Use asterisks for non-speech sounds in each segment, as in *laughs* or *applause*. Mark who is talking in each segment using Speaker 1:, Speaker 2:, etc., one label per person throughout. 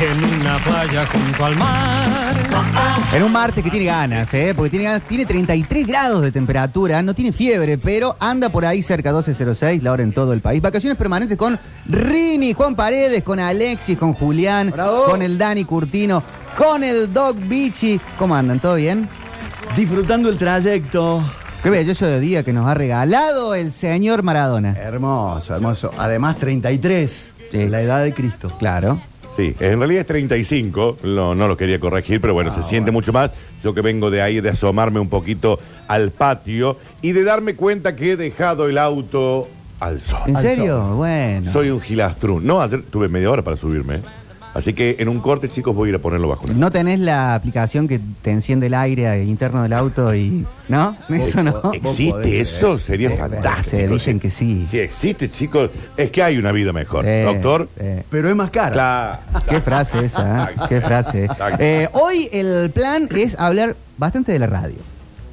Speaker 1: en una playa junto al mar.
Speaker 2: En un martes que tiene ganas, ¿eh? Porque tiene ganas, tiene 33 grados de temperatura, no tiene fiebre, pero anda por ahí cerca 12.06, la hora en todo el país. Vacaciones permanentes con Rini, Juan Paredes, con Alexis, con Julián,
Speaker 3: Bravo.
Speaker 2: con el Dani Curtino, con el Doc Bichi. ¿Cómo andan? ¿Todo bien?
Speaker 3: Disfrutando el trayecto.
Speaker 2: Qué belleza de día que nos ha regalado el señor Maradona.
Speaker 3: Hermoso, hermoso. Además, 33.
Speaker 2: Sí.
Speaker 3: La edad de Cristo.
Speaker 2: Claro.
Speaker 4: Sí, en realidad es 35, no, no lo quería corregir, pero bueno, se siente mucho más. Yo que vengo de ahí, de asomarme un poquito al patio y de darme cuenta que he dejado el auto al sol.
Speaker 2: ¿En
Speaker 3: Al
Speaker 2: serio?
Speaker 3: sol.
Speaker 2: Bueno.
Speaker 4: Soy un gilastrú. No, ayer tuve media hora para subirme. ¿eh? Así que en un corte, chicos, voy a ir a ponerlo bajo.
Speaker 2: ¿No tenés la aplicación que te enciende el aire interno del auto y... ¿No? Eso no.
Speaker 3: Eh,
Speaker 4: ¿Existe
Speaker 3: Vos podés,
Speaker 4: eso?
Speaker 3: eh.
Speaker 4: Sería
Speaker 2: Eh,
Speaker 4: fantástico.
Speaker 2: se dicen
Speaker 4: sí.
Speaker 2: que sí.
Speaker 4: Si existe, chicos, es que hay una vida mejor.
Speaker 2: Eh,
Speaker 4: Doctor.
Speaker 2: eh.
Speaker 3: Pero es más cara.
Speaker 4: Claro.
Speaker 2: Qué frase esa, ¿eh? qué frase. Eh, hoy el plan es hablar bastante de la radio.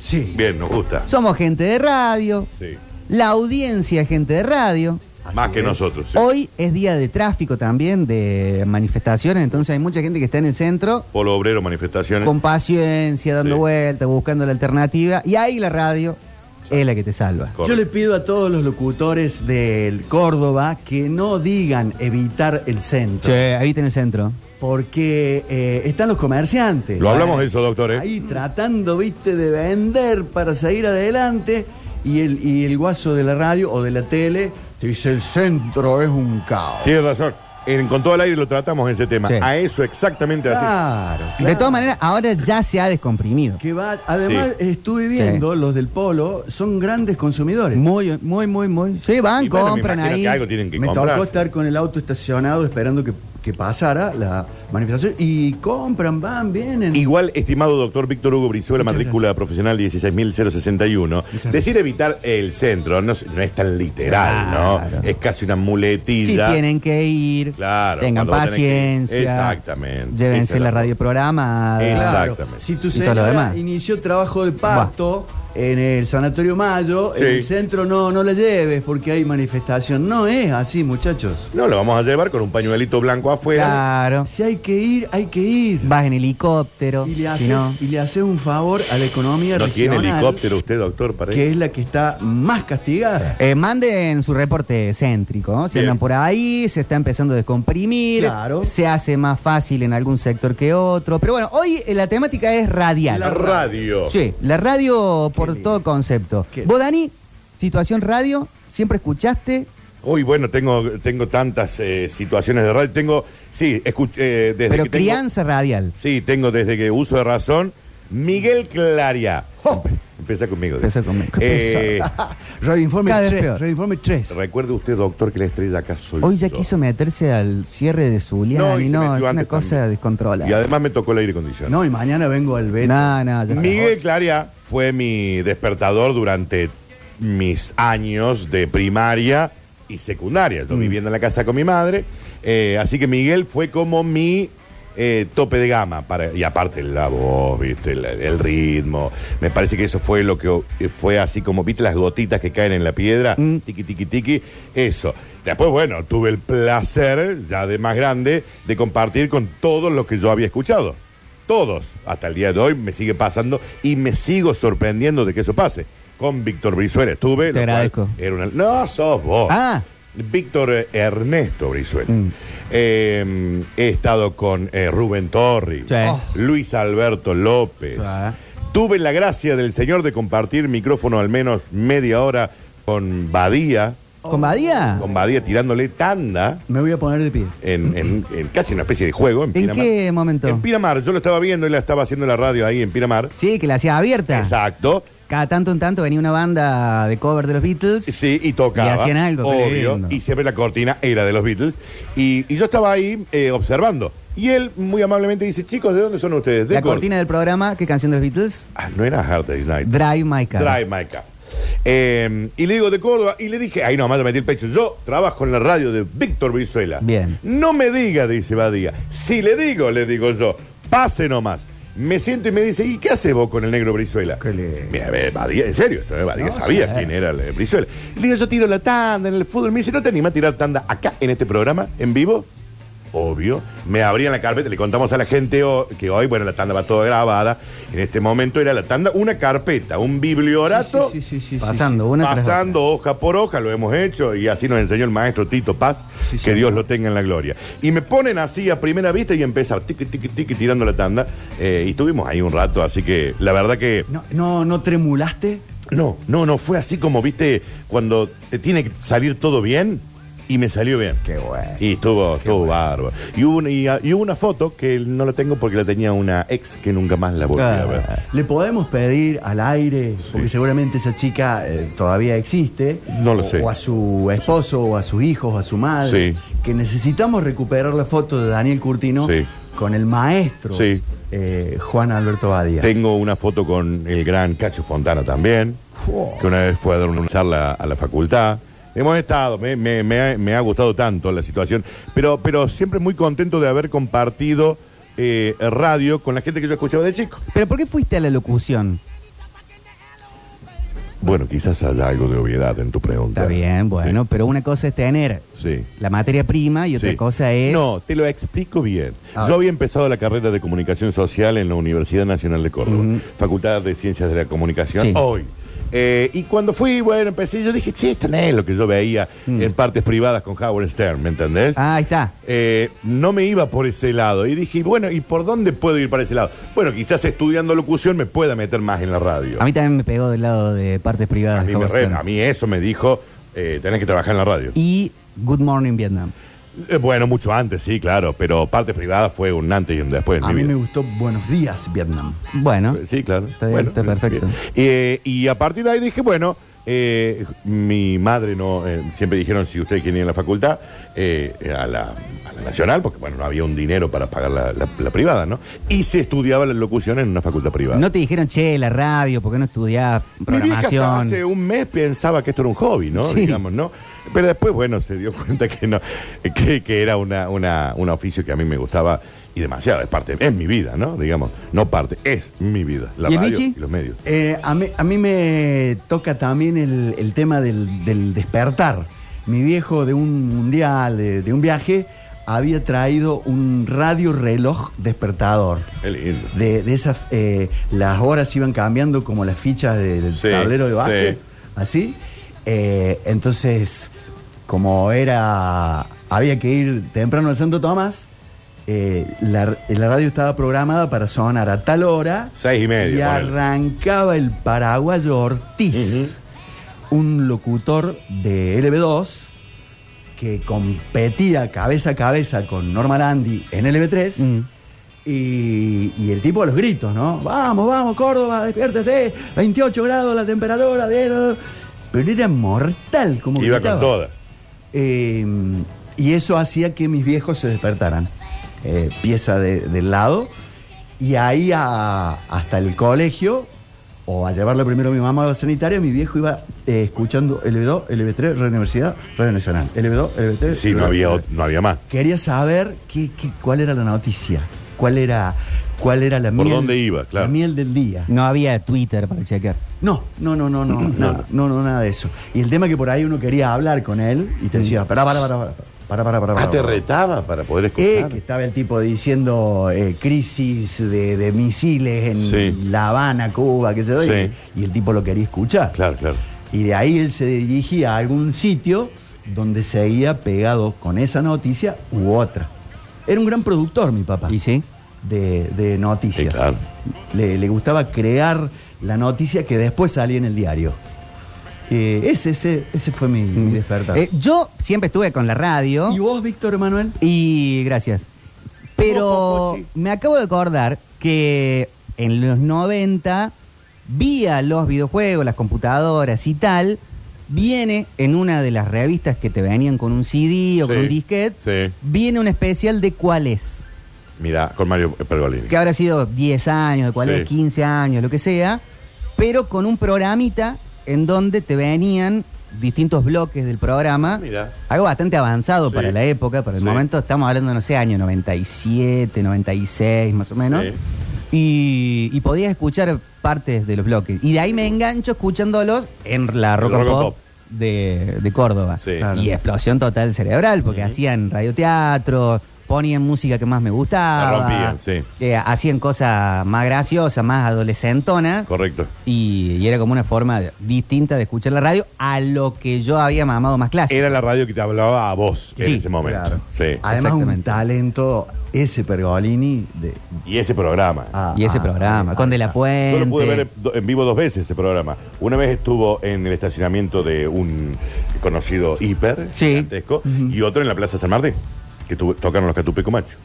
Speaker 3: Sí.
Speaker 4: Bien, nos gusta.
Speaker 2: Somos gente de radio,
Speaker 4: Sí.
Speaker 2: la audiencia es gente de radio.
Speaker 3: Así
Speaker 4: Más que
Speaker 3: es.
Speaker 4: nosotros. sí.
Speaker 2: Hoy es día de tráfico también, de manifestaciones, entonces hay mucha gente que está en el centro
Speaker 4: Polo obrero, manifestaciones.
Speaker 2: con paciencia, dando
Speaker 4: Sí.
Speaker 2: vueltas, buscando la alternativa, y ahí la radio es la que te salva.
Speaker 4: Correcto.
Speaker 3: Yo le pido a todos los locutores del Córdoba que no digan evitar el centro.
Speaker 2: Che, ahí está en el centro.
Speaker 3: Porque eh, están los comerciantes.
Speaker 4: Lo hablamos de eso, doctor, ¿eh?
Speaker 3: Ahí tratando, viste, de vender para seguir adelante. Y el, y el guaso de la radio o de la tele te dice: el centro es un caos.
Speaker 4: Tienes razón. En, con todo el aire lo tratamos ese tema.
Speaker 2: Sí.
Speaker 4: A eso exactamente así.
Speaker 3: Claro,
Speaker 2: De
Speaker 3: claro.
Speaker 2: todas maneras, ahora ya se ha descomprimido.
Speaker 3: Que va, además, estuve viendo los del Polo, son grandes consumidores.
Speaker 2: Muy, muy, muy, muy. Sí, van,
Speaker 4: Y bueno, me
Speaker 2: compran
Speaker 4: imagino
Speaker 2: ahí.
Speaker 4: que algo tienen que
Speaker 3: Me
Speaker 4: comprar.
Speaker 3: tocó estar con el auto estacionado esperando que, que pasara la manifestación y compran, van, vienen.
Speaker 4: Igual, estimado doctor Víctor Hugo Brizuela,
Speaker 3: Muchas
Speaker 4: matrícula profesional 16061,
Speaker 3: gracias.
Speaker 4: decir evitar el centro no, es- no es tan literal,
Speaker 2: Claro.
Speaker 4: ¿no? Es casi una
Speaker 2: Si
Speaker 4: muletilla.
Speaker 2: tienen que ir,
Speaker 4: Claro,
Speaker 2: tengan
Speaker 4: cuando vos tenés que ir.
Speaker 2: paciencia.
Speaker 4: Exactamente. Esa
Speaker 2: Llévense
Speaker 4: es
Speaker 2: la
Speaker 4: la
Speaker 2: radio programada.
Speaker 4: Esa.
Speaker 3: Claro,
Speaker 4: Exactamente.
Speaker 3: Si tu
Speaker 2: Y todo lo
Speaker 3: señora
Speaker 2: demás.
Speaker 3: inició trabajo de parto en el Sanatorio Mayo,
Speaker 4: Sí.
Speaker 3: en el centro no, no la lleves porque hay manifestación. No es así, muchachos.
Speaker 4: No, lo vamos a llevar con un pañuelito blanco afuera.
Speaker 2: Claro.
Speaker 3: Si hay que ir, hay que ir.
Speaker 2: Vas en helicóptero.
Speaker 3: Y le
Speaker 2: si
Speaker 3: haces,
Speaker 2: no.
Speaker 3: y le haces un favor a la economía
Speaker 4: No tiene
Speaker 3: regional,
Speaker 4: helicóptero ¿eh? usted, doctor, para
Speaker 3: que es la que está más castigada.
Speaker 2: Eh, manden su reporte céntrico, ¿no? Si
Speaker 4: Bien.
Speaker 2: andan por ahí, se está empezando a descomprimir,
Speaker 3: Claro.
Speaker 2: se hace más fácil en algún sector que otro. Pero bueno, hoy eh, la temática es radial.
Speaker 4: La radio.
Speaker 2: Sí, la radio por
Speaker 3: lindo.
Speaker 2: todo concepto.
Speaker 3: Qué
Speaker 2: Vos, Dani, situación radio, siempre escuchaste.
Speaker 4: Uy, bueno, tengo, tengo tantas eh, situaciones de radio. Tengo, sí, escuché eh, desde
Speaker 2: Pero
Speaker 4: que tengo-
Speaker 2: crianza radial.
Speaker 4: Sí, tengo desde que uso de razón Miguel Claria.
Speaker 2: ¡Jo!
Speaker 4: Empieza conmigo.
Speaker 2: Empezá conmigo.
Speaker 4: Eh,
Speaker 3: Radio Informe
Speaker 2: Cada vez
Speaker 3: 3.
Speaker 2: peor.
Speaker 3: Radio Informe 3.
Speaker 4: Recuerde usted, doctor, que la estrella acá soy
Speaker 2: Hoy ya
Speaker 4: yo.
Speaker 2: quiso meterse al cierre de Zulian
Speaker 4: No, y
Speaker 2: y
Speaker 4: se
Speaker 2: no,
Speaker 4: metió
Speaker 2: es una
Speaker 4: antes
Speaker 2: cosa
Speaker 4: también.
Speaker 2: descontrolada.
Speaker 4: Y además me tocó el aire acondicionado.
Speaker 3: No, y mañana vengo al Beto.
Speaker 2: No, no, ya
Speaker 4: Miguel Claria fue mi despertador durante mis años de primaria y secundaria. Yo viviendo en la casa con mi madre. eh, así que Miguel fue como mi eh, tope de gama. Para, y aparte la voz, ¿viste? El, el ritmo. Me parece que eso fue lo que eh, fue así como, ¿viste? Las gotitas que caen en la piedra.
Speaker 2: Mm.
Speaker 4: Tiki, tiki, tiki. Eso. Después, bueno, tuve el placer, ya de más grande, de compartir con todos los que yo había escuchado. Todos. Hasta el día de hoy me sigue pasando y me sigo sorprendiendo de que eso pase. Con Víctor Brizuela estuve.
Speaker 2: Te
Speaker 4: lo cual
Speaker 2: agradezco.
Speaker 4: era una- No sos vos.
Speaker 2: Ah.
Speaker 4: Víctor eh, Ernesto Brizuela.
Speaker 2: Mm.
Speaker 4: Eh, he estado con eh, Rubén Torri,
Speaker 2: Sí. Oh.
Speaker 4: Luis Alberto López.
Speaker 2: Ah.
Speaker 4: Tuve la gracia del señor de compartir micrófono al menos media hora con Badía,
Speaker 2: ¿Con Badía?
Speaker 4: con Badía tirándole tanda
Speaker 3: Me voy a poner de pie.
Speaker 4: en, en- en casi una especie de juego. ¿En, Pinamar.
Speaker 2: qué momento?
Speaker 4: En Pinamar, yo lo estaba viendo, él la estaba haciendo la radio ahí en Pinamar.
Speaker 2: Sí, que la hacía abierta.
Speaker 4: Exacto.
Speaker 2: Cada tanto en tanto venía una banda de cover de los Beatles.
Speaker 4: Sí, y tocaba.
Speaker 2: Y hacían algo, qué
Speaker 4: Obvio.
Speaker 2: lindo.
Speaker 4: Y siempre la cortina era de los Beatles. Y, y yo estaba ahí eh, observando. Y él muy amablemente dice, chicos, ¿de dónde son ustedes? De
Speaker 2: la
Speaker 4: Córdoba".
Speaker 2: cortina del programa, ¿qué canción de los Beatles?
Speaker 4: Ah, no era Hard Day's Night.
Speaker 2: Drive My Car.
Speaker 4: Drive My Car. Eh, y le digo de Córdoba y le dije, ahí nomás le metí el pecho, yo trabajo en la radio de Víctor Brizuela.
Speaker 2: Bien.
Speaker 4: No me diga, dice Badía. Si le digo, le digo yo, pase nomás. Me siento y me dice, ¿y qué haces vos con el negro Brizuela?
Speaker 3: Qué lindo.
Speaker 4: Mira, a ver, Badía, en serio, esto, eh, Badía sabía quién era el eh, Brizuela. Le digo, yo tiro la tanda en el fútbol. Me dice, ¿no te animás a tirar tanda acá en este programa, en vivo? obvio. Me abrían la carpeta, le contamos a la gente ho- que hoy, bueno, la tanda va toda grabada. En este momento era la tanda una carpeta, un bibliorato,
Speaker 3: Sí, sí, sí, sí, sí,
Speaker 2: Pasando una tras
Speaker 4: pasando hoja por hoja, lo hemos hecho, y así nos enseñó el maestro Tito Paz,
Speaker 3: Sí,
Speaker 4: que
Speaker 3: señor.
Speaker 4: Dios lo tenga en la gloria. Y me ponen así a primera vista y empezar, tiqui, tiqui, tiqui, tirando la tanda. eh, y estuvimos ahí un rato, así que la verdad que...
Speaker 3: No, no, ¿No tremulaste?
Speaker 4: No, no, no, fue así como, viste, cuando te tiene que salir todo bien y me salió bien.
Speaker 3: Qué bueno.
Speaker 4: Y estuvo, estuvo bárbaro. Y hubo, una, y, ah, y hubo una foto que no la tengo porque la tenía una ex que nunca más la volví
Speaker 2: Ah,
Speaker 4: a ver.
Speaker 3: Le podemos pedir al aire, porque seguramente esa chica eh, todavía existe,
Speaker 4: No lo
Speaker 3: o,
Speaker 4: sé.
Speaker 3: o a su esposo, o a sus hijos, o a su madre,
Speaker 4: Sí.
Speaker 3: que necesitamos recuperar la foto de Daniel Curtino
Speaker 4: Sí.
Speaker 3: con el maestro
Speaker 4: Sí.
Speaker 3: eh, Juan Alberto Badía.
Speaker 4: Tengo una foto con el gran Cacho Fontana también,
Speaker 3: Fua.
Speaker 4: que una vez fue a dar una charla a la facultad. Hemos estado, me, me- me ha, me ha gustado tanto la situación, pero, pero siempre muy contento de haber compartido eh, radio con la gente que yo escuchaba de chico.
Speaker 2: ¿Pero por qué fuiste a la locución?
Speaker 4: Bueno, quizás haya algo de obviedad en tu pregunta.
Speaker 2: Está bien, bueno,
Speaker 4: Sí.
Speaker 2: pero una cosa es tener
Speaker 4: Sí.
Speaker 2: la materia prima y otra
Speaker 4: Sí.
Speaker 2: cosa es...
Speaker 4: No, te lo explico bien.
Speaker 3: A
Speaker 4: Yo
Speaker 3: ver.
Speaker 4: había empezado la carrera de Comunicación Social en la Universidad Nacional de Córdoba,
Speaker 2: Ujú.
Speaker 4: Facultad de Ciencias de la Comunicación,
Speaker 2: Sí.
Speaker 4: hoy. Eh, y cuando fui, bueno, empecé, yo dije, sí, esto no es lo que yo veía en partes privadas con Howard Stern, ¿me entendés?
Speaker 2: Mm. Ah, ahí está.
Speaker 4: Eh, no me iba por ese lado. Y dije, bueno, ¿y por dónde puedo ir para ese lado? Bueno, quizás estudiando locución me pueda meter más en la radio.
Speaker 2: A mí también me pegó del lado de partes privadas.
Speaker 4: A mí, me
Speaker 2: Howard
Speaker 4: re-
Speaker 2: Stern.
Speaker 4: a mí eso me dijo, eh, tenés que trabajar en la radio.
Speaker 2: Y Good Morning Vietnam.
Speaker 4: Eh, bueno, mucho antes, sí, claro, pero parte privada fue un antes y un después en
Speaker 3: A
Speaker 4: mi
Speaker 3: mí
Speaker 4: vida.
Speaker 3: me gustó Buenos Días, Vietnam.
Speaker 2: Bueno,
Speaker 4: Eh, Sí, claro.
Speaker 2: Está bien, está perfecto.
Speaker 4: bien. Eh, y a partir de ahí dije, bueno, eh, mi madre no, eh, siempre dijeron si usted quiere ir a la facultad, eh, eh, a, la, a la nacional, porque bueno, no había un dinero para pagar la, la- la privada, ¿no? Y se estudiaba la locución en una facultad privada.
Speaker 2: no te dijeron, che, la radio, ¿por qué no estudiás
Speaker 4: Mi vieja hasta
Speaker 2: programación?
Speaker 4: hace un mes pensaba que esto era un hobby, ¿no?
Speaker 2: Sí.
Speaker 4: Digamos, ¿no? Pero después, bueno, se dio *laughs* cuenta que no, que, que era una, una, un oficio que a mí me gustaba y demasiado. Es parte, es mi vida, ¿no? Digamos, no parte, es mi vida. La
Speaker 2: ¿Y el
Speaker 4: radio
Speaker 2: Michi?
Speaker 4: y los medios.
Speaker 3: Eh, a, mí, a mí me toca también el, el tema del, del despertar. Mi viejo de un mundial, de, de un viaje, había traído un radio reloj despertador.
Speaker 4: Qué lindo.
Speaker 3: De, de esas, eh, las horas iban cambiando como las fichas de- del
Speaker 4: Sí,
Speaker 3: tablero de básquet,
Speaker 4: sí.
Speaker 3: así. Eh, entonces, como era, había que ir temprano al Santo Tomás, eh, la, la radio estaba programada para sonar a tal hora.
Speaker 4: Seis y media,
Speaker 3: Y
Speaker 4: ponele.
Speaker 3: arrancaba el paraguayo Ortiz, un locutor de LB2 que competía cabeza a cabeza con Norma Landi en LB3.
Speaker 2: Mm.
Speaker 3: Y, y el tipo a los gritos, ¿no? Vamos, vamos, Córdoba, despiértese, 28 grados la temperatura, de... pero era mortal como
Speaker 4: Iba
Speaker 3: gritaba.
Speaker 4: con toda.
Speaker 3: Eh, y eso hacía que mis viejos se despertaran, eh, pieza de- del lado, y ahí a- hasta el colegio, o a llevarlo primero a mi mamá a la sanitaria, mi viejo iba eh, escuchando LB2, LB3, Radio Universidad, Radio Nacional, LB2, LB3.
Speaker 4: Sí,
Speaker 3: Radio
Speaker 4: no había,
Speaker 3: Nacional.
Speaker 4: ot- no había más.
Speaker 3: Quería saber qué, qué- cuál era la noticia, cuál era, cuál era la
Speaker 4: ¿Por
Speaker 3: miel.
Speaker 4: dónde iba? Claro.
Speaker 3: La miel del día.
Speaker 2: No había Twitter para chequear.
Speaker 3: No, no, no,
Speaker 4: *clears throat*
Speaker 3: no, no, nada, no, no, nada de eso. Y el tema que por ahí uno quería hablar con él y te decía, pará, pará, pará, pará, pará, pará, pará.
Speaker 4: Ah, te
Speaker 3: pará".
Speaker 4: retaba para poder
Speaker 3: Eh,
Speaker 4: escuchar.
Speaker 3: que estaba el tipo diciendo eh, crisis de, de misiles en
Speaker 4: Sí.
Speaker 3: La Habana, Cuba, qué sé yo, y-
Speaker 4: Sí.
Speaker 3: y el tipo lo quería escuchar.
Speaker 4: Claro, claro.
Speaker 3: Y de ahí él se dirigía a algún sitio donde seguía pegado con esa noticia u otra. Era un gran productor, mi
Speaker 4: Ah.
Speaker 3: papá,
Speaker 2: ¿Y sí?
Speaker 3: de, de noticias.
Speaker 4: Sí, claro.
Speaker 3: le, le gustaba crear la noticia que después salía en el diario. Eh, ese, ese, ese fue mi, mi despertar.
Speaker 2: Eh, yo siempre estuve con la radio.
Speaker 3: ¿Y vos, Víctor Emanuel?
Speaker 2: Y gracias. Pero
Speaker 4: Pochi.
Speaker 2: me acabo de acordar que en los 90, vía los videojuegos, las computadoras y tal, viene en una de las revistas que te venían con un CD o
Speaker 4: Sí,
Speaker 2: con un disquete,
Speaker 4: sí.
Speaker 2: viene un especial de cuál es.
Speaker 4: Mira, con Mario eh, Pergolini.
Speaker 2: Que habrá sido 10 años, de cuál es,
Speaker 4: Sí.
Speaker 2: 15 años, lo que sea, pero con un programita en donde te venían distintos bloques del programa.
Speaker 4: Mira.
Speaker 2: Algo bastante avanzado
Speaker 4: Sí.
Speaker 2: para la época, para el
Speaker 4: Sí.
Speaker 2: momento. Estamos hablando, no sé, año 97, 96, más o menos.
Speaker 4: Sí.
Speaker 2: Y, y podías escuchar partes de los bloques. Y de ahí me engancho escuchándolos en la rock,
Speaker 4: Rock
Speaker 2: and
Speaker 4: and
Speaker 2: pop,
Speaker 4: Pop.
Speaker 2: De, de Córdoba.
Speaker 4: Sí.
Speaker 3: Claro.
Speaker 2: Y explosión total cerebral, porque hacían radioteatro, ponían música que más me gustaba.
Speaker 4: La rompían, sí.
Speaker 2: Eh, hacían cosas más graciosas, más adolescentonas.
Speaker 4: Correcto.
Speaker 2: Y, y era como una forma de- distinta de escuchar la radio a lo que yo había mamado más clases.
Speaker 4: Era la radio que te hablaba a vos en
Speaker 2: Sí,
Speaker 4: ese momento.
Speaker 3: Claro.
Speaker 4: Sí.
Speaker 3: Además, un
Speaker 2: Exactamente.
Speaker 3: talento, ese Pergolini. De,
Speaker 4: Y ese programa.
Speaker 3: ah,
Speaker 2: Y ese
Speaker 3: ah,
Speaker 2: programa,
Speaker 3: ah,
Speaker 2: con De
Speaker 3: ah.
Speaker 2: La Puente.
Speaker 4: Yo lo pude ver eh, en- do- en vivo dos veces ese programa. Una vez estuvo en el estacionamiento de un conocido hiper
Speaker 2: Sí.
Speaker 4: gigantesco y otro en la Plaza San Martín, que tuve- tocaron los Catupe Comacho.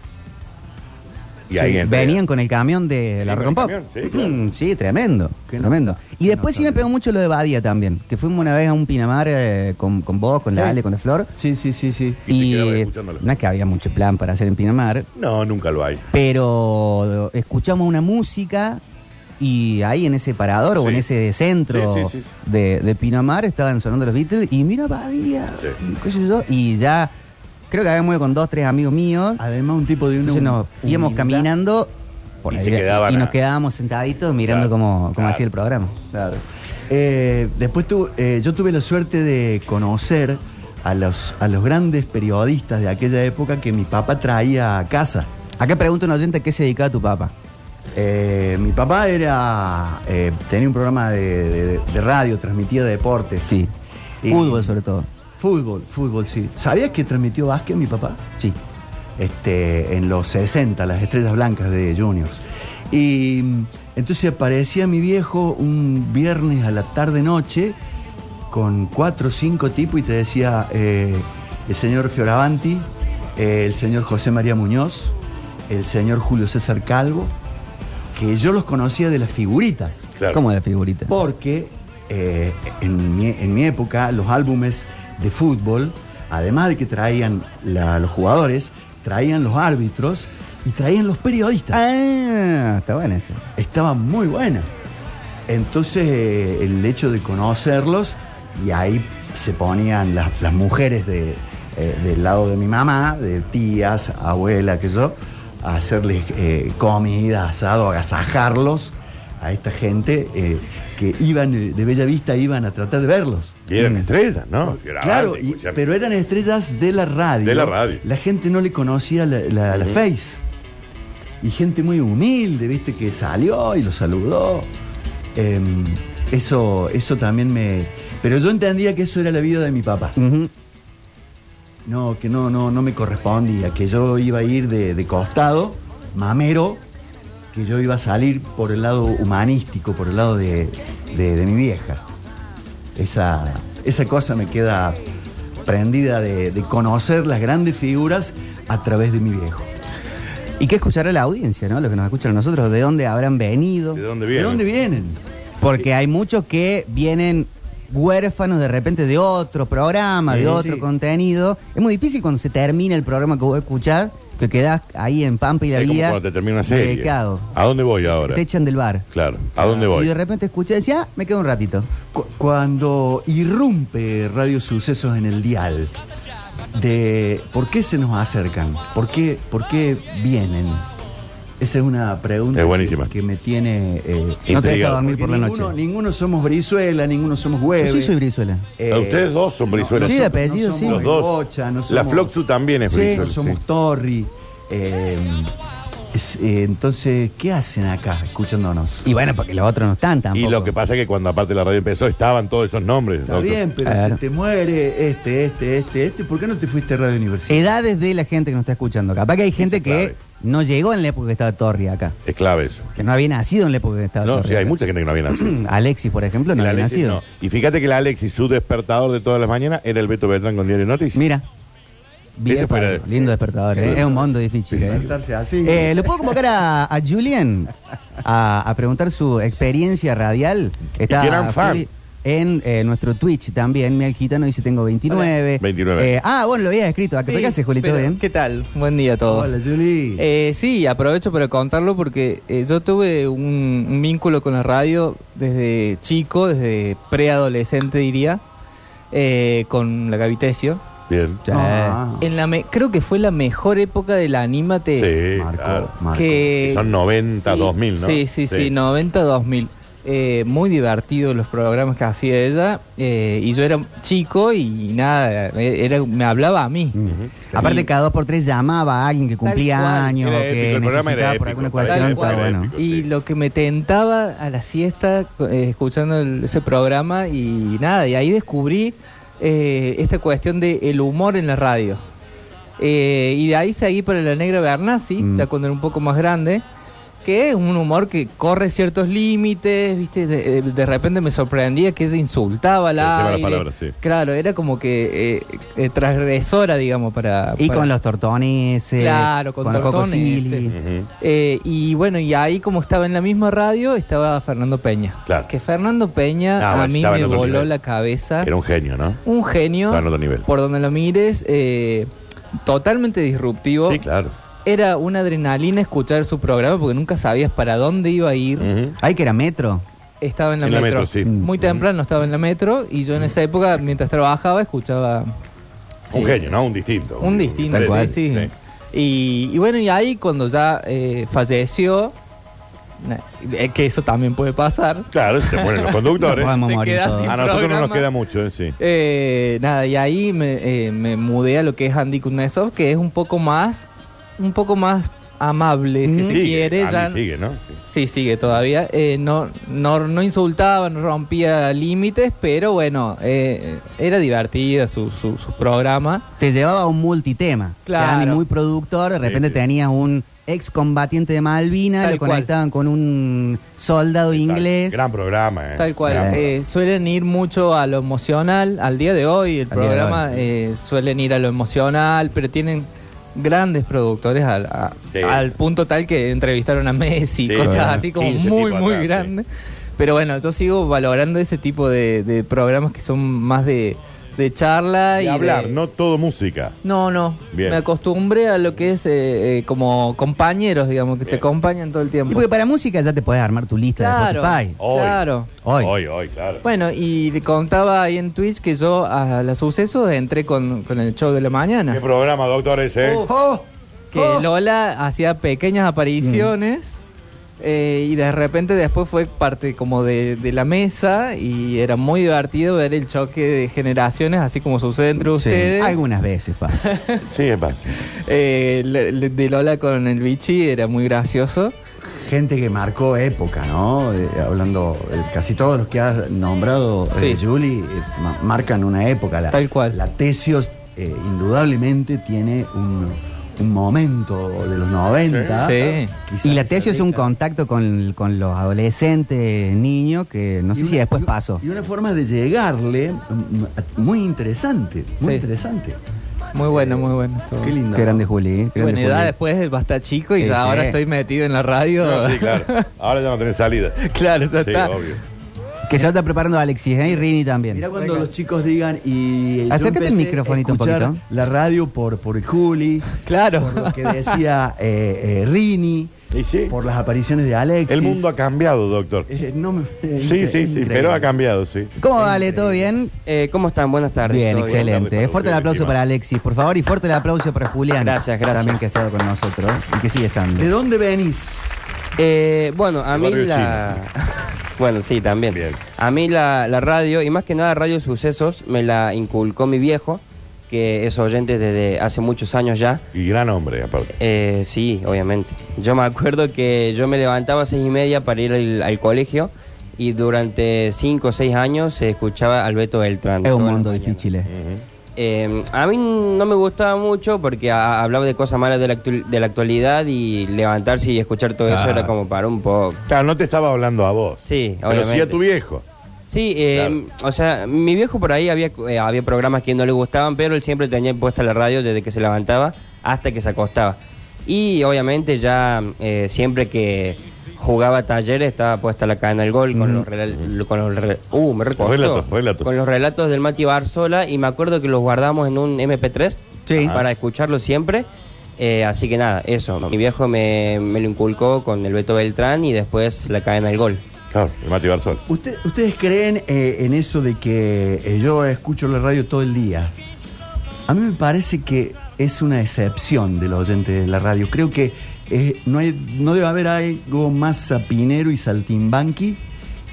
Speaker 4: Y ahí
Speaker 2: Sí,
Speaker 4: entré.
Speaker 2: Venían con el camión de la
Speaker 4: con
Speaker 2: Rock
Speaker 4: el
Speaker 2: and Pop.
Speaker 4: camión, sí, claro.
Speaker 2: Sí, tremendo,
Speaker 3: Qué
Speaker 2: tremendo.
Speaker 3: nota,
Speaker 2: Y
Speaker 3: qué
Speaker 2: después sí
Speaker 3: nota.
Speaker 2: me pegó mucho lo de Badía también, que fuimos una vez a un Pinamar eh, con, con vos, con la
Speaker 3: Sí.
Speaker 2: Ale, con la Flor.
Speaker 3: Sí, sí, sí, sí.
Speaker 4: Y te
Speaker 2: Y,
Speaker 4: quedabas
Speaker 2: eh,
Speaker 4: escuchándolo.
Speaker 2: no es que había mucho plan para hacer en Pinamar,
Speaker 4: No, nunca lo hay.
Speaker 2: pero escuchamos una música y ahí en ese parador o
Speaker 4: Sí.
Speaker 2: en ese centro
Speaker 4: Sí, sí, sí, sí.
Speaker 2: De, de Pinamar estaban sonando los Beatles y mira Badía,
Speaker 4: Sí.
Speaker 2: y, qué sé yo, y ya creo que habíamos ido con dos, tres amigos míos.
Speaker 3: Además, un tipo de una.
Speaker 2: Entonces nos
Speaker 3: humildad.
Speaker 2: íbamos caminando por
Speaker 4: Y
Speaker 2: ahí,
Speaker 4: se quedaban
Speaker 2: y nos
Speaker 4: a-
Speaker 2: quedábamos sentaditos mirando
Speaker 4: Claro,
Speaker 2: cómo, cómo
Speaker 4: claro.
Speaker 2: hacía el programa.
Speaker 3: Claro. Eh, después tu- eh, yo tuve la suerte de conocer a los, a los grandes periodistas de aquella época que mi papá traía a casa.
Speaker 2: Acá pregunta un oyente qué se dedicaba tu papá.
Speaker 3: Eh, mi papá era eh, tenía un programa de, de- de radio, transmitía deportes.
Speaker 2: Sí.
Speaker 3: Y-
Speaker 2: Fútbol sobre todo.
Speaker 3: Fútbol, fútbol, sí. ¿Sabías que transmitió básquet mi papá?
Speaker 2: Sí.
Speaker 3: este, en los 60, las estrellas blancas de Juniors. Y mm, entonces aparecía mi viejo un viernes a la tarde-noche con cuatro o cinco tipos y te decía eh, el señor Fioravanti, eh, el señor José María Muñoz, el señor Julio César Calvo, que yo los conocía de las figuritas.
Speaker 4: Claro.
Speaker 2: Como de figurita.
Speaker 3: Porque eh, en, mi, en mi época los álbumes de fútbol, además de que traían la- los jugadores, traían los árbitros y traían los periodistas.
Speaker 2: Ah, está bueno eso.
Speaker 3: Estaba muy buena. Entonces eh, el hecho de conocerlos y ahí se ponían las, las mujeres de, eh, del lado de mi mamá, de tías, abuela, que yo, a hacerles eh, comida, asado, agasajarlos a esta gente eh, que iban eh, de Bella Vista, iban a tratar de verlos. Eh,
Speaker 4: Y
Speaker 2: Mm.
Speaker 4: eran estrellas, ¿no?
Speaker 3: Claro, y-
Speaker 4: Escuchame.
Speaker 3: pero eran estrellas de la radio.
Speaker 4: De la radio.
Speaker 3: La gente no le conocía la, la- la face. Y gente muy humilde, viste, que salió y lo saludó. Em, eso, eso también me. Pero yo entendía que eso era la vida de mi papá.
Speaker 2: Ujú.
Speaker 3: No, que no, no, no me correspondía, que yo iba a ir de, de costado, mamero, que yo iba a salir por el lado humanístico, por el lado de, de- de mi vieja. Esa, esa cosa me queda prendida de, de conocer las grandes figuras a través de mi viejo.
Speaker 2: Y qué escuchar a la audiencia, ¿no? Los que nos escuchan a nosotros, de dónde habrán venido.
Speaker 4: ¿De dónde
Speaker 3: ¿De
Speaker 4: viene?
Speaker 3: dónde vienen?
Speaker 2: Porque hay muchos que vienen huérfanos de repente de otro programa,
Speaker 3: Sí,
Speaker 2: de otro
Speaker 3: sí.
Speaker 2: contenido. Es muy difícil cuando se termina el programa que vos escuchás, que quedás ahí en Pampa y la
Speaker 4: Es como
Speaker 2: Guía.
Speaker 4: cuando te termina una
Speaker 2: de
Speaker 4: serie.
Speaker 2: ¿Qué hago?
Speaker 4: ¿A dónde voy ahora?
Speaker 2: Te echan del bar.
Speaker 4: Claro. ¿A dónde
Speaker 2: Y de
Speaker 4: voy?
Speaker 2: repente escuché y decía, ah, me quedo un ratito.
Speaker 3: Cu- cuando irrumpe Radio Sucesos en el dial, de por qué se nos acercan, por qué, por qué vienen. Esa es una pregunta
Speaker 4: Es buenísima.
Speaker 3: Que, que me tiene... eh,
Speaker 2: No te deja
Speaker 4: Intrigado.
Speaker 2: dormir
Speaker 3: porque
Speaker 2: por la noche.
Speaker 3: ninguno, ninguno somos Brizuela, ninguno somos Hueve.
Speaker 2: Yo sí soy Brizuela.
Speaker 3: Eh,
Speaker 4: Ah, ustedes dos son Brizuela.
Speaker 2: Sí,
Speaker 3: somos-
Speaker 2: de apellido, sí.
Speaker 4: Los
Speaker 3: somos
Speaker 4: dos.
Speaker 3: Bocha, no
Speaker 4: La
Speaker 3: somos-
Speaker 4: Floxu también es
Speaker 2: Sí,
Speaker 4: Brizuela,
Speaker 3: no somos Torri. eh, es- eh, entonces, ¿qué hacen acá escuchándonos?
Speaker 2: Y bueno, porque los otros no están tampoco.
Speaker 4: Y lo que pasa es que cuando aparte la radio empezó estaban todos esos nombres.
Speaker 3: Está
Speaker 4: doctor.
Speaker 3: bien, pero
Speaker 2: Claro.
Speaker 3: si te muere este, este, este, este, ¿por qué no te fuiste a Radio Universidad?
Speaker 2: Edades de la gente que nos está escuchando. Capaz que hay gente
Speaker 4: es
Speaker 2: que
Speaker 4: clave.
Speaker 2: no llegó en la época que estaba Torri acá.
Speaker 4: Es clave eso.
Speaker 2: Que no había nacido en la época que estaba
Speaker 4: No,
Speaker 2: Torri
Speaker 4: sí, hay
Speaker 2: acá. Mm,
Speaker 4: mucha gente que no había nacido.
Speaker 2: Alexis, por ejemplo, no
Speaker 4: El
Speaker 2: había
Speaker 4: Alexis
Speaker 2: nacido.
Speaker 4: no. Y fíjate que el Alexis, su despertador de todas las mañanas, era el Beto Beltrán con Diario Noticias.
Speaker 2: Mira. Bien,
Speaker 4: Ese fuera-
Speaker 2: Pablo. lindo despertador. ¿eh? Es un mundo difícil. ¿eh?
Speaker 3: Sentarse así.
Speaker 2: Eh, ¿Lo puedo convocar a, a Julien a, a preguntar su experiencia radial?
Speaker 4: gran fan.
Speaker 2: Juli En eh, nuestro Twitch también, Miel Gitano dice tengo 29.
Speaker 4: Hola. 29.
Speaker 2: Eh, ah, bueno, lo habías escrito acá.
Speaker 5: Sí,
Speaker 2: ¿Qué haces, Juli? ¿Todo
Speaker 5: pero,
Speaker 2: bien?
Speaker 5: ¿Qué tal? Buen día a todos.
Speaker 3: Hola, Juli.
Speaker 5: Eh, sí, aprovecho para contarlo porque eh, yo tuve un, un vínculo con la radio desde chico, desde preadolescente diría, eh, con la Gavitesio.
Speaker 4: Bien.
Speaker 2: Sí.
Speaker 3: Ah,
Speaker 5: En la me- creo que fue la mejor época del Anímate.
Speaker 4: Sí,
Speaker 3: Marco,
Speaker 4: claro.
Speaker 3: Marco.
Speaker 5: Que
Speaker 4: Son 90, 2000, ¿no?
Speaker 5: Sí, sí, sí, 90-2000. eh, muy divertidos los programas que hacía ella. eh, y yo era chico y nada, eh, era, me hablaba a mí.
Speaker 2: Aparte,
Speaker 5: Y-
Speaker 2: cada dos por tres llamaba a alguien que cumplía
Speaker 5: cual.
Speaker 2: años,
Speaker 4: Era
Speaker 2: o que
Speaker 4: épico, el programa era
Speaker 2: necesitaba por
Speaker 4: épico,
Speaker 2: alguna
Speaker 4: para
Speaker 2: cuestión,
Speaker 5: esa
Speaker 2: estaba
Speaker 5: época era
Speaker 2: bueno.
Speaker 4: épico.
Speaker 5: Y
Speaker 4: sí.
Speaker 5: lo que me tentaba a la siesta eh, escuchando el- ese programa y nada, y ahí descubrí eh, esta cuestión del el humor en la radio. Eh, y de ahí seguí para la Negra Bernasi,
Speaker 3: Mm.
Speaker 5: ya cuando era un poco más grande, que es un humor que corre ciertos límites, ¿viste? De, de- de repente me sorprendía que ella insultaba
Speaker 4: Que decía
Speaker 5: la.
Speaker 4: malas palabras, sí.
Speaker 5: Claro, era como que eh, eh, transgresora, digamos, para.
Speaker 2: Y
Speaker 5: para-
Speaker 2: con los tortones, eh,
Speaker 5: Claro, con
Speaker 2: el Coco
Speaker 5: tortones,
Speaker 2: Silly.
Speaker 5: eh.
Speaker 4: Ujú.
Speaker 5: Eh, y bueno, y ahí como estaba en la misma radio, estaba Fernando Peña.
Speaker 4: Claro.
Speaker 5: Que Fernando Peña
Speaker 4: Ah,
Speaker 5: a
Speaker 4: bueno,
Speaker 5: mí
Speaker 4: estaba en
Speaker 5: me
Speaker 4: otro
Speaker 5: voló
Speaker 4: nivel.
Speaker 5: la cabeza.
Speaker 4: Era un genio, ¿no?
Speaker 5: un genio,
Speaker 4: Estaba en otro nivel.
Speaker 5: por donde lo mires, eh, totalmente disruptivo.
Speaker 4: Sí, claro.
Speaker 5: Era una adrenalina escuchar su programa porque nunca sabías para dónde iba a ir.
Speaker 4: Ujú.
Speaker 2: Ay, que era metro.
Speaker 5: Estaba en la
Speaker 4: Mm. En la
Speaker 5: metro.
Speaker 4: metro, sí. Mm.
Speaker 5: Muy temprano estaba en la metro y yo en esa época, mientras trabajaba, escuchaba eh,
Speaker 4: Un
Speaker 5: Sí.
Speaker 4: genio, ¿no? Un distinto.
Speaker 5: Un distinto,
Speaker 2: Tal
Speaker 5: sí,
Speaker 2: cual.
Speaker 5: sí. Y, y bueno, y ahí cuando ya eh, falleció, na- eh, que eso también puede pasar,
Speaker 4: Claro, se te ponen los conductores.
Speaker 2: No podemos
Speaker 5: Te
Speaker 2: morir
Speaker 5: quedas
Speaker 2: todos.
Speaker 5: sin-
Speaker 4: a nosotros no nos
Speaker 5: programa.
Speaker 4: queda mucho, ¿eh? sí.
Speaker 5: eh, nada, y ahí me, eh, me mudé a lo que es Andy Kuznetsov, que es un poco más, un poco más amable, si se
Speaker 4: Sigue,
Speaker 5: quiere.
Speaker 4: Andy
Speaker 5: ya-
Speaker 4: sigue, ¿no? Sí.
Speaker 5: Sí, sigue todavía. Eh, no, no, no insultaba, no rompía límites, pero bueno, eh, era divertida su, su, su programa.
Speaker 2: Te llevaba a un multitema.
Speaker 5: Claro.
Speaker 2: Era Andy muy productor, de repente
Speaker 4: Sí, sí.
Speaker 2: tenías un excombatiente de Malvina,
Speaker 5: Tal
Speaker 2: lo
Speaker 5: cual.
Speaker 2: conectaban con un soldado inglés.
Speaker 4: Gran programa, ¿eh?
Speaker 5: Tal cual.
Speaker 4: Gran
Speaker 5: eh, suelen ir mucho a lo emocional. Al día de hoy, el
Speaker 2: Al día de
Speaker 5: programa eh, suelen ir a lo emocional, pero tienen grandes productores al, a-
Speaker 4: Sí.
Speaker 5: al punto tal que entrevistaron a Messi,
Speaker 4: Sí,
Speaker 5: cosas
Speaker 4: claro.
Speaker 5: así como
Speaker 4: 15
Speaker 5: muy,
Speaker 4: tipos
Speaker 5: muy
Speaker 4: atrás, sí.
Speaker 5: grandes. Pero bueno, yo sigo valorando ese tipo de, de programas que son más de, de charla
Speaker 4: Y
Speaker 5: y, de-
Speaker 4: hablar, no todo música.
Speaker 5: No, no.
Speaker 4: Bien.
Speaker 5: Me acostumbré a lo que es eh, eh, como compañeros, digamos, que te
Speaker 4: Bien.
Speaker 5: acompañan todo el
Speaker 2: Y
Speaker 5: tiempo.
Speaker 2: porque para música ya te podés armar tu lista
Speaker 5: Claro.
Speaker 2: de Spotify.
Speaker 4: Hoy.
Speaker 5: Claro.
Speaker 2: Hoy.
Speaker 4: Hoy, hoy, claro.
Speaker 5: Bueno, y le contaba ahí en Twitch que yo a la suceso entré con, con el show de la mañana.
Speaker 4: ¿Qué programa, doctores, eh?
Speaker 5: Oh,
Speaker 2: Oh,
Speaker 5: Que
Speaker 2: oh.
Speaker 5: Lola hacía pequeñas apariciones eh, y de repente después fue parte como de, de la mesa y era muy divertido ver el choque de generaciones, así como sucede entre
Speaker 2: Sí,
Speaker 5: ustedes.
Speaker 2: algunas
Speaker 5: *laughs*
Speaker 2: veces pasa.
Speaker 4: Sí, es fácil.
Speaker 5: Eh, le- le- de Lola con el bichi era muy gracioso.
Speaker 3: Gente que marcó época, ¿no? Eh, hablando, eh, casi todos los que has nombrado, eh,
Speaker 5: Sí.
Speaker 3: Julie, eh, ma- marcan una época. La,
Speaker 5: Tal cual.
Speaker 3: La Tesios eh, indudablemente tiene un, un momento de los 90.
Speaker 5: Sí.
Speaker 3: Quizás
Speaker 2: y la
Speaker 3: esa
Speaker 2: tesis es un
Speaker 3: década.
Speaker 2: contacto con, con los adolescentes, niños, que no sé
Speaker 3: Y
Speaker 2: si
Speaker 3: una-
Speaker 2: después
Speaker 3: y-
Speaker 2: pasó.
Speaker 3: Y una forma de llegarle mm, muy interesante, muy
Speaker 5: Sí.
Speaker 3: interesante.
Speaker 5: Muy bueno, muy bueno. todo.
Speaker 3: Qué lindo.
Speaker 2: Qué grande Juli, eh, qué grande
Speaker 5: Bueno, y ya
Speaker 2: Juli.
Speaker 5: después del Basta Chico y
Speaker 2: Sí,
Speaker 5: ya
Speaker 2: sí.
Speaker 5: ahora estoy metido en la radio.
Speaker 4: No,
Speaker 5: *laughs*
Speaker 4: sí, claro. Ahora ya no tenés salida.
Speaker 5: Claro, ya
Speaker 4: Sí,
Speaker 5: está.
Speaker 4: obvio.
Speaker 2: Que ya está preparando Alexis ¿eh? y Rini también.
Speaker 3: Mira cuando los chicos digan y yo
Speaker 2: Acércate el
Speaker 3: empecé
Speaker 2: microfonito
Speaker 3: a
Speaker 2: un
Speaker 3: escuchar
Speaker 2: poquito.
Speaker 3: La radio por, por Juli,
Speaker 5: Claro.
Speaker 3: por lo que
Speaker 4: *laughs*
Speaker 3: decía eh, eh, Rini,
Speaker 4: Y sí.
Speaker 3: por las apariciones de Alexis.
Speaker 4: El mundo ha cambiado, doctor.
Speaker 3: Eh, no me-
Speaker 4: Sí, sí, sí, pero ha cambiado, sí.
Speaker 2: ¿Cómo vale? ¿Todo bien?
Speaker 6: Eh, ¿Cómo están? Buenas tardes.
Speaker 2: Bien,
Speaker 6: ¿todo
Speaker 2: excelente.
Speaker 4: Dale para
Speaker 2: fuerte el
Speaker 4: usted,
Speaker 2: aplauso
Speaker 4: encima.
Speaker 2: para Alexis, por favor, y fuerte el aplauso para Julián.
Speaker 6: Gracias, gracias.
Speaker 2: También que ha estado con nosotros y que sigue estando.
Speaker 3: ¿De dónde venís?
Speaker 6: Eh, bueno, a
Speaker 4: El
Speaker 6: mí
Speaker 4: barrio
Speaker 6: la... bueno, sí, también.
Speaker 4: Bien.
Speaker 6: A mí la, la radio, y más que nada Radio Sucesos, me la inculcó mi viejo, que es oyente desde hace muchos años ya.
Speaker 4: Y gran hombre, aparte.
Speaker 6: Eh, sí, obviamente. Yo me acuerdo que yo me levantaba a seis y media para ir al, al colegio y durante cinco o seis años se escuchaba al Beto Beltrán.
Speaker 2: Es un
Speaker 6: todas las
Speaker 2: mundo
Speaker 6: mañanas.
Speaker 2: difícil. eh.
Speaker 6: Eh, a mí no me gustaba mucho porque a- hablaba de cosas malas de la, actu- de la actualidad y levantarse y escuchar todo eso era como para un poco.
Speaker 4: Claro, no te estaba hablando a vos.
Speaker 6: Sí,
Speaker 4: Pero sí
Speaker 6: obviamente.
Speaker 4: a tu viejo.
Speaker 6: Sí, eh, o sea, mi viejo por ahí había, eh, había programas que no le gustaban, pero él siempre tenía puesta la radio desde que se levantaba hasta que se acostaba. Y obviamente ya eh, siempre que jugaba talleres estaba puesta la Canal Gol con los rela- con los re- uh, me recostó.
Speaker 4: Relatos, relatos.
Speaker 6: con los relatos del Mati Barzola y me acuerdo que los guardamos en un MP3
Speaker 2: Sí.
Speaker 6: para escucharlo siempre. Eh, así que nada, eso. Mi viejo me, me lo inculcó con el Beto Beltrán y después la cadena del gol.
Speaker 4: Claro, el Mati Barzol.
Speaker 3: Usted- ¿Ustedes creen eh, en eso de que eh, yo escucho la radio todo el día? A mí me parece que es una excepción de los oyentes de la radio. Creo que eh, no, hay, no debe haber algo más sapinero y saltimbanqui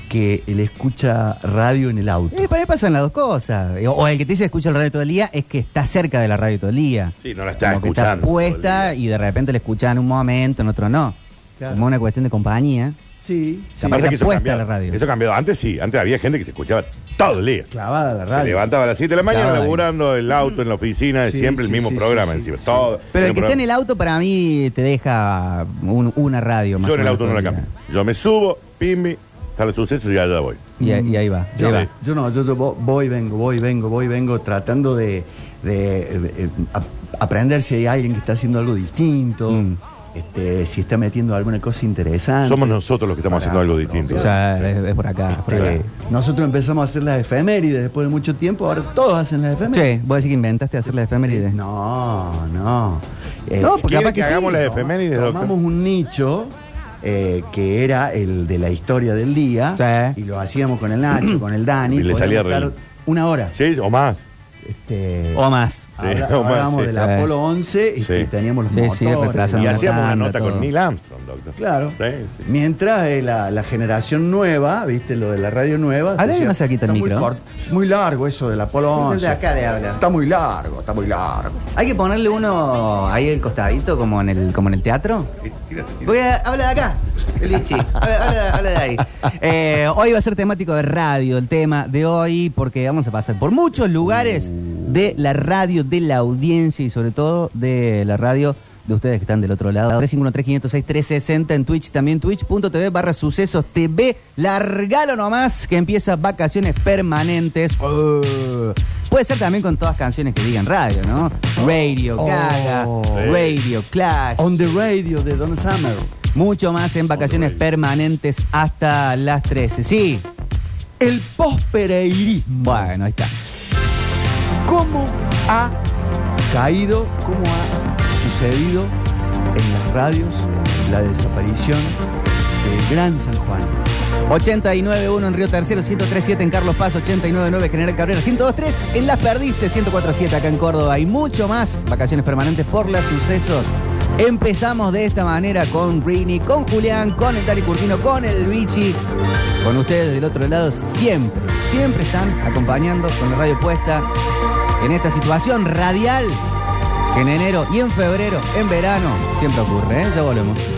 Speaker 3: que el escucha radio en el auto.
Speaker 2: Eh, para ahí pasan las dos cosas. O- O el que te dice escucha la radio todo el día es que está cerca de la radio todo el día.
Speaker 4: Sí, no la está
Speaker 2: Como que
Speaker 4: escuchando
Speaker 2: Está
Speaker 4: todo el
Speaker 2: puesta
Speaker 4: día.
Speaker 2: y de repente la escuchan en un momento, en otro no.
Speaker 3: Claro.
Speaker 2: Como una cuestión de compañía.
Speaker 3: Sí, sí.
Speaker 2: Capaz Aparte-
Speaker 4: Pasa
Speaker 2: la
Speaker 4: que eso
Speaker 2: puesta
Speaker 4: cambiado.
Speaker 2: a la radio.
Speaker 4: Eso ha cambiado. Antes sí, antes había gente que se escuchaba todo el día.
Speaker 3: Clavada la
Speaker 4: Se
Speaker 3: radio.
Speaker 4: levantaba a las 7 de la mañana
Speaker 3: Clavada.
Speaker 4: laburando el auto en la oficina,
Speaker 3: Sí,
Speaker 4: siempre
Speaker 3: sí,
Speaker 4: el mismo
Speaker 3: sí,
Speaker 4: programa
Speaker 3: sí,
Speaker 4: encima.
Speaker 3: sí.
Speaker 4: Todo,
Speaker 2: Pero el que
Speaker 4: mismo
Speaker 2: esté en el
Speaker 4: programa.
Speaker 2: auto para mí te deja un- una radio más
Speaker 4: Yo
Speaker 2: o
Speaker 4: en el
Speaker 2: menos
Speaker 4: auto no
Speaker 2: todo
Speaker 4: la
Speaker 2: el día.
Speaker 4: cambio. Yo me subo, pimbi, está el suceso y allá voy.
Speaker 2: Y, ahí- y ahí va.
Speaker 3: Mm. Yo,
Speaker 2: ahí va.
Speaker 3: yo no, yo, yo vo- voy, vengo, voy, vengo, voy, vengo, tratando de, de, eh, ap- aprender si hay alguien que está haciendo algo distinto,
Speaker 2: Mm.
Speaker 3: este, si está metiendo alguna cosa interesante.
Speaker 4: Somos nosotros los que estamos
Speaker 3: Para-
Speaker 4: haciendo algo distinto.
Speaker 2: O sea, es, es por acá. por
Speaker 3: Este,
Speaker 2: acá.
Speaker 3: nosotros empezamos a hacer las efemérides después de mucho tiempo, ahora todos hacen las efemérides.
Speaker 2: Che, vos decís que inventaste hacer la efeméride.
Speaker 3: No, no. Eh,
Speaker 2: No, porque
Speaker 4: capaz que hagamos las efemérides, doctor.
Speaker 3: Tomamos un nicho eh, que era el de la historia del día
Speaker 2: Sí.
Speaker 3: y lo hacíamos con el Nacho, con el Dani.
Speaker 4: Y le
Speaker 3: podíamos
Speaker 4: salía
Speaker 3: estar
Speaker 4: re-
Speaker 3: una hora.
Speaker 4: ¿Sí? ¿O más?
Speaker 3: Este,
Speaker 2: O más.
Speaker 3: habla-
Speaker 4: Sí, o más,
Speaker 3: hablábamos
Speaker 4: sí.
Speaker 3: del
Speaker 2: Sí.
Speaker 3: Apolo 11 y,
Speaker 4: Sí.
Speaker 3: y teníamos los
Speaker 2: Sí, sí,
Speaker 3: motores.
Speaker 2: retrasando
Speaker 4: Y
Speaker 2: Estamos
Speaker 4: hacíamos una
Speaker 2: notando
Speaker 4: nota con
Speaker 2: todo.
Speaker 4: Neil Armstrong, doctor.
Speaker 3: Claro.
Speaker 4: Sí, sí.
Speaker 3: Mientras eh, la, la generación nueva, viste, lo de la radio nueva.
Speaker 2: Habla
Speaker 3: decía,
Speaker 2: bien más cerquita el
Speaker 3: está muy
Speaker 2: micro.
Speaker 3: corto, muy largo eso del Apolo 11.
Speaker 2: de acá de habla.
Speaker 3: Está muy largo, está muy largo.
Speaker 2: Hay que ponerle uno ahí al costadito, como en el, como en el teatro. Voy a, habla de acá, el Lichi. Habla, habla- habla de ahí. Eh, hoy va a ser temático de radio el tema de hoy, porque vamos a pasar por muchos lugares de la radio, de la audiencia y sobre todo de la radio de ustedes que están del otro lado. 351-3506-360 en Twitch, también twitch.tv barra sucesos TV. Largalo nomás que empieza vacaciones permanentes. Uh, Puede ser también con todas canciones que digan radio, ¿no? Radio,
Speaker 3: Oh.
Speaker 2: Gaga,
Speaker 3: Sí.
Speaker 2: Radio, Clash.
Speaker 3: On the radio de Don Summer.
Speaker 2: Mucho más en vacaciones permanentes hasta las 13. Sí,
Speaker 3: El pospereirismo.
Speaker 2: bueno, ahí está.
Speaker 3: ¿Cómo ha caído, cómo ha sucedido en las radios la desaparición del Gran San Juan?
Speaker 2: 89.1 en Río Tercero, 103.7 en Carlos Paz, 89.9 en General Cabrera, 102.3 en Las Perdices, 104.7 acá en Córdoba y mucho más. Vacaciones permanentes por las sucesos. Empezamos de esta manera con Rini, con Julián, con el Tari Curtino, con el Bichi. Con ustedes del otro lado siempre, siempre están acompañando con la radio puesta en esta situación radial que en enero y en febrero, en verano, siempre ocurre. ¿eh? Ya volvemos.